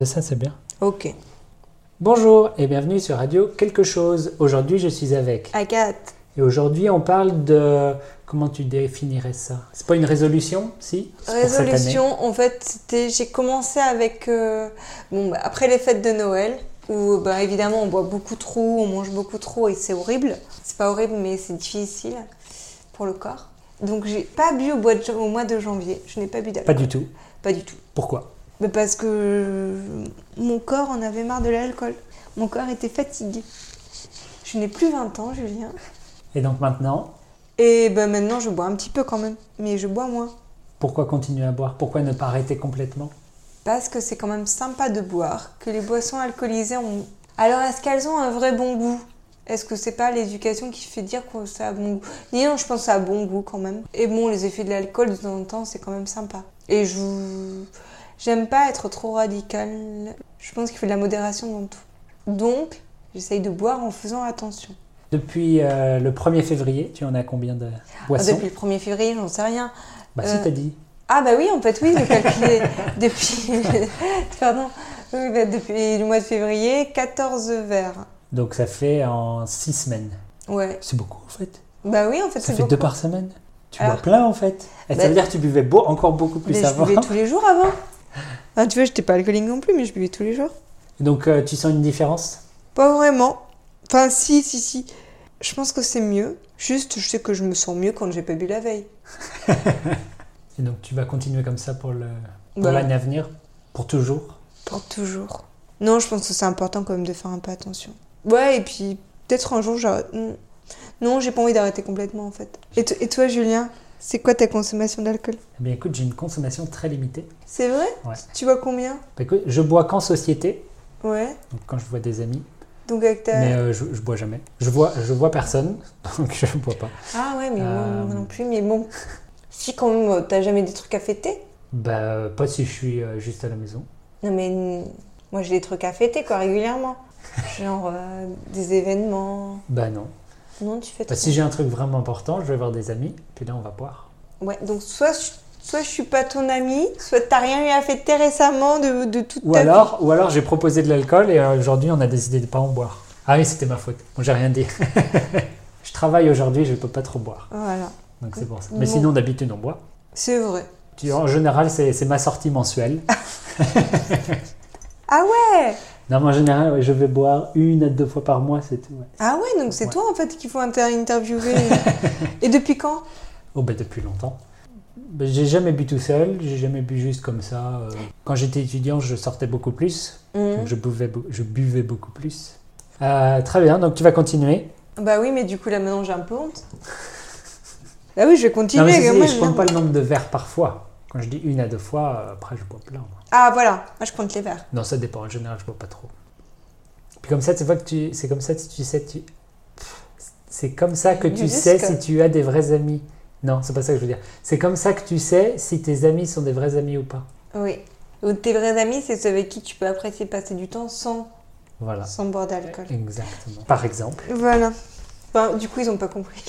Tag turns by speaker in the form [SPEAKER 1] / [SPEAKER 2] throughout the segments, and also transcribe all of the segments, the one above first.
[SPEAKER 1] Et ça, c'est bien.
[SPEAKER 2] Ok.
[SPEAKER 1] Bonjour et bienvenue sur Radio Quelque chose. Aujourd'hui, je suis avec.
[SPEAKER 2] Agathe,
[SPEAKER 1] Et aujourd'hui, on parle de. Comment tu définirais ça C'est pas une résolution, si C'est pour cette année.
[SPEAKER 2] résolution, en fait, c'était- j'ai commencé avec. euh, bon, bah, après les fêtes de Noël, où bah, évidemment on boit beaucoup trop, on mange beaucoup trop et c'est horrible. C'est pas horrible, mais c'est difficile pour le corps. Donc j'ai pas bu au, mois de- au mois de janvier, je n'ai pas bu
[SPEAKER 1] Pas
[SPEAKER 2] d'alcool.
[SPEAKER 1] du tout.
[SPEAKER 2] Pas du tout.
[SPEAKER 1] Pourquoi
[SPEAKER 2] Mais parce que euh, mon corps en avait marre de l'alcool. Mon corps était fatigué. Je n'ai plus 20 ans, Julien.
[SPEAKER 1] Et donc maintenant,
[SPEAKER 2] Et bah, maintenant je bois un petit peu quand même, mais je bois moins.
[SPEAKER 1] pourquoi continuer à boire Pourquoi ne pas arrêter complètement
[SPEAKER 2] Parce que c'est quand même sympa de boire, que les boissons alcoolisées ont. Alors est-ce qu'elles ont un vrai bon goût Est-ce que c'est pas l'éducation qui fait dire que ça a bon goût Ni non, je pense que ça a bon goût quand même. Et bon, les effets de l'alcool de temps en temps, c'est quand même sympa. Et je. J'aime pas être trop radicale. Je pense qu'il faut de la modération dans tout. Donc, j'essaye de boire en faisant attention.
[SPEAKER 1] Depuis euh, le 1er février, tu en as combien de boissons
[SPEAKER 2] Depuis le 1er février, j'en sais rien.
[SPEAKER 1] Bah,
[SPEAKER 2] euh,
[SPEAKER 1] si t'as dit.
[SPEAKER 2] Ah bah oui, en fait oui, j'ai calculé depuis... Pardon. Oui, bah, depuis le mois de février, 14 verres.
[SPEAKER 1] Donc ça fait en 6 semaines.
[SPEAKER 2] Ouais.
[SPEAKER 1] C'est beaucoup en fait.
[SPEAKER 2] Bah oui, en fait,
[SPEAKER 1] Ça
[SPEAKER 2] c'est
[SPEAKER 1] fait
[SPEAKER 2] beaucoup.
[SPEAKER 1] deux par semaine. Tu
[SPEAKER 2] Alors-
[SPEAKER 1] bois plein en fait. Et ça
[SPEAKER 2] Bah-
[SPEAKER 1] veut dire que tu buvais beau, encore beaucoup plus
[SPEAKER 2] Mais je
[SPEAKER 1] avant.
[SPEAKER 2] buvais tous les jours avant. Ah, tu vois, j'étais pas alcoolique non plus, mais je buvais tous les jours.
[SPEAKER 1] Donc euh, tu sens une différence
[SPEAKER 2] Pas vraiment. Enfin, si, si, si. Je pense que c'est mieux. Juste, je sais que je me sens mieux quand j'ai pas bu la veille.
[SPEAKER 1] Et donc tu vas continuer comme ça pour le pour
[SPEAKER 2] Bah,
[SPEAKER 1] l'année à venir, pour toujours.
[SPEAKER 2] pour toujours. Non, je pense que c'est important quand même de faire un peu attention. Ouais, et puis peut-être un jour j'arrête. Hmm. Non, j'ai pas envie d'arrêter complètement en fait. Et, to- et toi, Julien, c'est quoi ta consommation d'alcool
[SPEAKER 1] Eh bien écoute, j'ai une consommation très limitée.
[SPEAKER 2] C'est vrai
[SPEAKER 1] Ouais.
[SPEAKER 2] Tu bois combien
[SPEAKER 1] Bah, écoute, je bois qu'en société,
[SPEAKER 2] Ouais.
[SPEAKER 1] donc quand je vois des amis,
[SPEAKER 2] Donc avec ta.
[SPEAKER 1] mais euh, je, je bois jamais. Je vois, je vois personne, donc je bois pas.
[SPEAKER 2] Ah ouais, mais
[SPEAKER 1] Euh,
[SPEAKER 2] moi, moi non plus, mais bon. Si quand même, euh, t'as jamais des trucs à fêter
[SPEAKER 1] Bah euh, pas si je suis euh, juste à la maison.
[SPEAKER 2] Non, mais euh, moi j'ai des trucs à fêter quoi, régulièrement. Genre euh, des événements.
[SPEAKER 1] Bah non.
[SPEAKER 2] Non, tu fais
[SPEAKER 1] Bah, si j'ai un truc vraiment important, je vais voir des amis, puis là on va boire.
[SPEAKER 2] Ouais, donc soit je, soit je suis pas ton amie, soit t'as rien eu à fêter récemment de, de toute
[SPEAKER 1] Ou
[SPEAKER 2] ta vie.
[SPEAKER 1] alors, ou alors j'ai proposé de l'alcool et euh, aujourd'hui on a décidé de pas en boire. Ah oui, c'était ma faute. Bon, j'ai rien dit. je travaille aujourd'hui, je peux pas trop boire.
[SPEAKER 2] Voilà,
[SPEAKER 1] Donc c'est pour ça. Mais
[SPEAKER 2] Bon.
[SPEAKER 1] sinon d'habitude on boit.
[SPEAKER 2] c'est vrai.
[SPEAKER 1] Tu- en général, c'est c'est ma sortie mensuelle.
[SPEAKER 2] Ah ouais
[SPEAKER 1] non, mais en général, ouais, je vais boire une à deux fois par mois, c'est tout. ouais.
[SPEAKER 2] Ah ouais, donc c'est
[SPEAKER 1] Ouais.
[SPEAKER 2] toi en fait qu'il faut inter- interviewer. Et depuis quand
[SPEAKER 1] Oh, ben depuis longtemps. Ben, J'ai jamais bu tout seul, j'ai jamais bu juste comme ça. euh. Quand j'étais étudiant, je sortais beaucoup plus,
[SPEAKER 2] Mmh.
[SPEAKER 1] donc
[SPEAKER 2] Hmm.
[SPEAKER 1] je buvais, beau- je buvais beaucoup plus. Euh, très bien, donc tu vas continuer.
[SPEAKER 2] Bah oui, mais du coup là maintenant j'ai un peu honte. Bah oui, je vais continuer.
[SPEAKER 1] non, mais c'est-
[SPEAKER 2] moi,
[SPEAKER 1] je compte pas le nombre de verres par fois. Quand je dis une à deux fois, euh, après je bois plein. moi.
[SPEAKER 2] Ah voilà, moi je compte les verres.
[SPEAKER 1] Non, ça dépend. En général, je bois pas trop. Puis comme ça, tu vois que tu, c'est comme ça que tu sais, tu, c'est comme ça que
[SPEAKER 2] Du
[SPEAKER 1] tu
[SPEAKER 2] disque.
[SPEAKER 1] sais si tu as des vrais amis. Non, c'est pas ça que je veux dire. C'est comme ça que tu sais si tes amis sont des vrais amis ou pas.
[SPEAKER 2] Oui. Donc tes vrais amis, c'est ceux avec qui tu peux apprécier passer du temps sans,
[SPEAKER 1] Voilà.
[SPEAKER 2] sans boire d'alcool.
[SPEAKER 1] Exactement. Par exemple.
[SPEAKER 2] Voilà. Enfin, du coup, ils ont pas compris.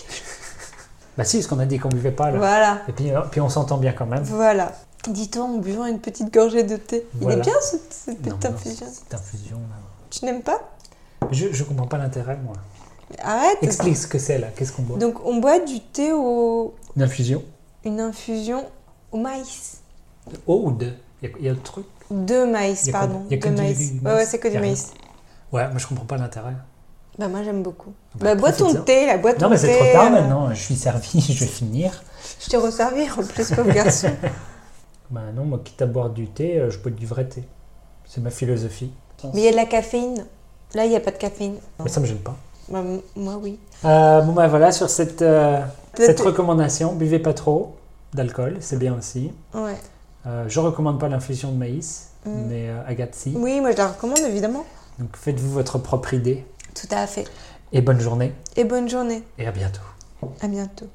[SPEAKER 1] Bah si, parce qu'on a dit qu'on buvait pas là.
[SPEAKER 2] Voilà.
[SPEAKER 1] Et puis, euh, puis on s'entend bien quand même.
[SPEAKER 2] Voilà. Dis-toi en buvant une petite gorgée de thé. Il
[SPEAKER 1] Voilà.
[SPEAKER 2] est bien ce, ce
[SPEAKER 1] Non,
[SPEAKER 2] petit
[SPEAKER 1] non,
[SPEAKER 2] infusion.
[SPEAKER 1] cette infusion. là.
[SPEAKER 2] Tu n'aimes pas
[SPEAKER 1] Je, je comprends pas l'intérêt, moi.
[SPEAKER 2] Mais Arrête.
[SPEAKER 1] Explique ce que c'est là. Qu'est-ce qu'on boit
[SPEAKER 2] Donc on boit du thé au
[SPEAKER 1] Une infusion.
[SPEAKER 2] une infusion au maïs.
[SPEAKER 1] Oh ou deux. Il y, a- il y a le truc.
[SPEAKER 2] De maïs,
[SPEAKER 1] Y a que-
[SPEAKER 2] pardon.
[SPEAKER 1] y a que
[SPEAKER 2] de
[SPEAKER 1] du
[SPEAKER 2] maïs.
[SPEAKER 1] maïs.
[SPEAKER 2] Ouais, ouais, c'est que
[SPEAKER 1] Y
[SPEAKER 2] du
[SPEAKER 1] a
[SPEAKER 2] maïs.
[SPEAKER 1] Ouais, moi je comprends pas l'intérêt.
[SPEAKER 2] Bah moi j'aime beaucoup.
[SPEAKER 1] Bah,
[SPEAKER 2] Bah, bois ton
[SPEAKER 1] profites-en.
[SPEAKER 2] thé, la bois ton
[SPEAKER 1] Non, mais c'est trop
[SPEAKER 2] thé,
[SPEAKER 1] tard
[SPEAKER 2] euh,
[SPEAKER 1] maintenant. Je suis servi, je vais finir.
[SPEAKER 2] Je t'ai resservi en plus, pauvre garçon.
[SPEAKER 1] Bah non, moi, quitte à boire du thé, euh, je bois du vrai thé. C'est ma philosophie.
[SPEAKER 2] Mais il y a de la caféine. Là, il n'y a pas de caféine.
[SPEAKER 1] Mais ça me gêne pas.
[SPEAKER 2] Bah, m- moi, oui.
[SPEAKER 1] Euh, bon, bah voilà, sur cette, euh, cette
[SPEAKER 2] Peut-être-
[SPEAKER 1] recommandation, buvez pas trop d'alcool, c'est bien aussi.
[SPEAKER 2] Ouais.
[SPEAKER 1] Euh, je recommande pas l'infusion de maïs,
[SPEAKER 2] Mm.
[SPEAKER 1] mais euh, Agathe si.
[SPEAKER 2] Oui, moi, je la recommande, évidemment.
[SPEAKER 1] Donc faites-vous votre propre idée.
[SPEAKER 2] Tout à fait.
[SPEAKER 1] Et bonne journée,
[SPEAKER 2] Et bonne journée.
[SPEAKER 1] et à bientôt.
[SPEAKER 2] À bientôt.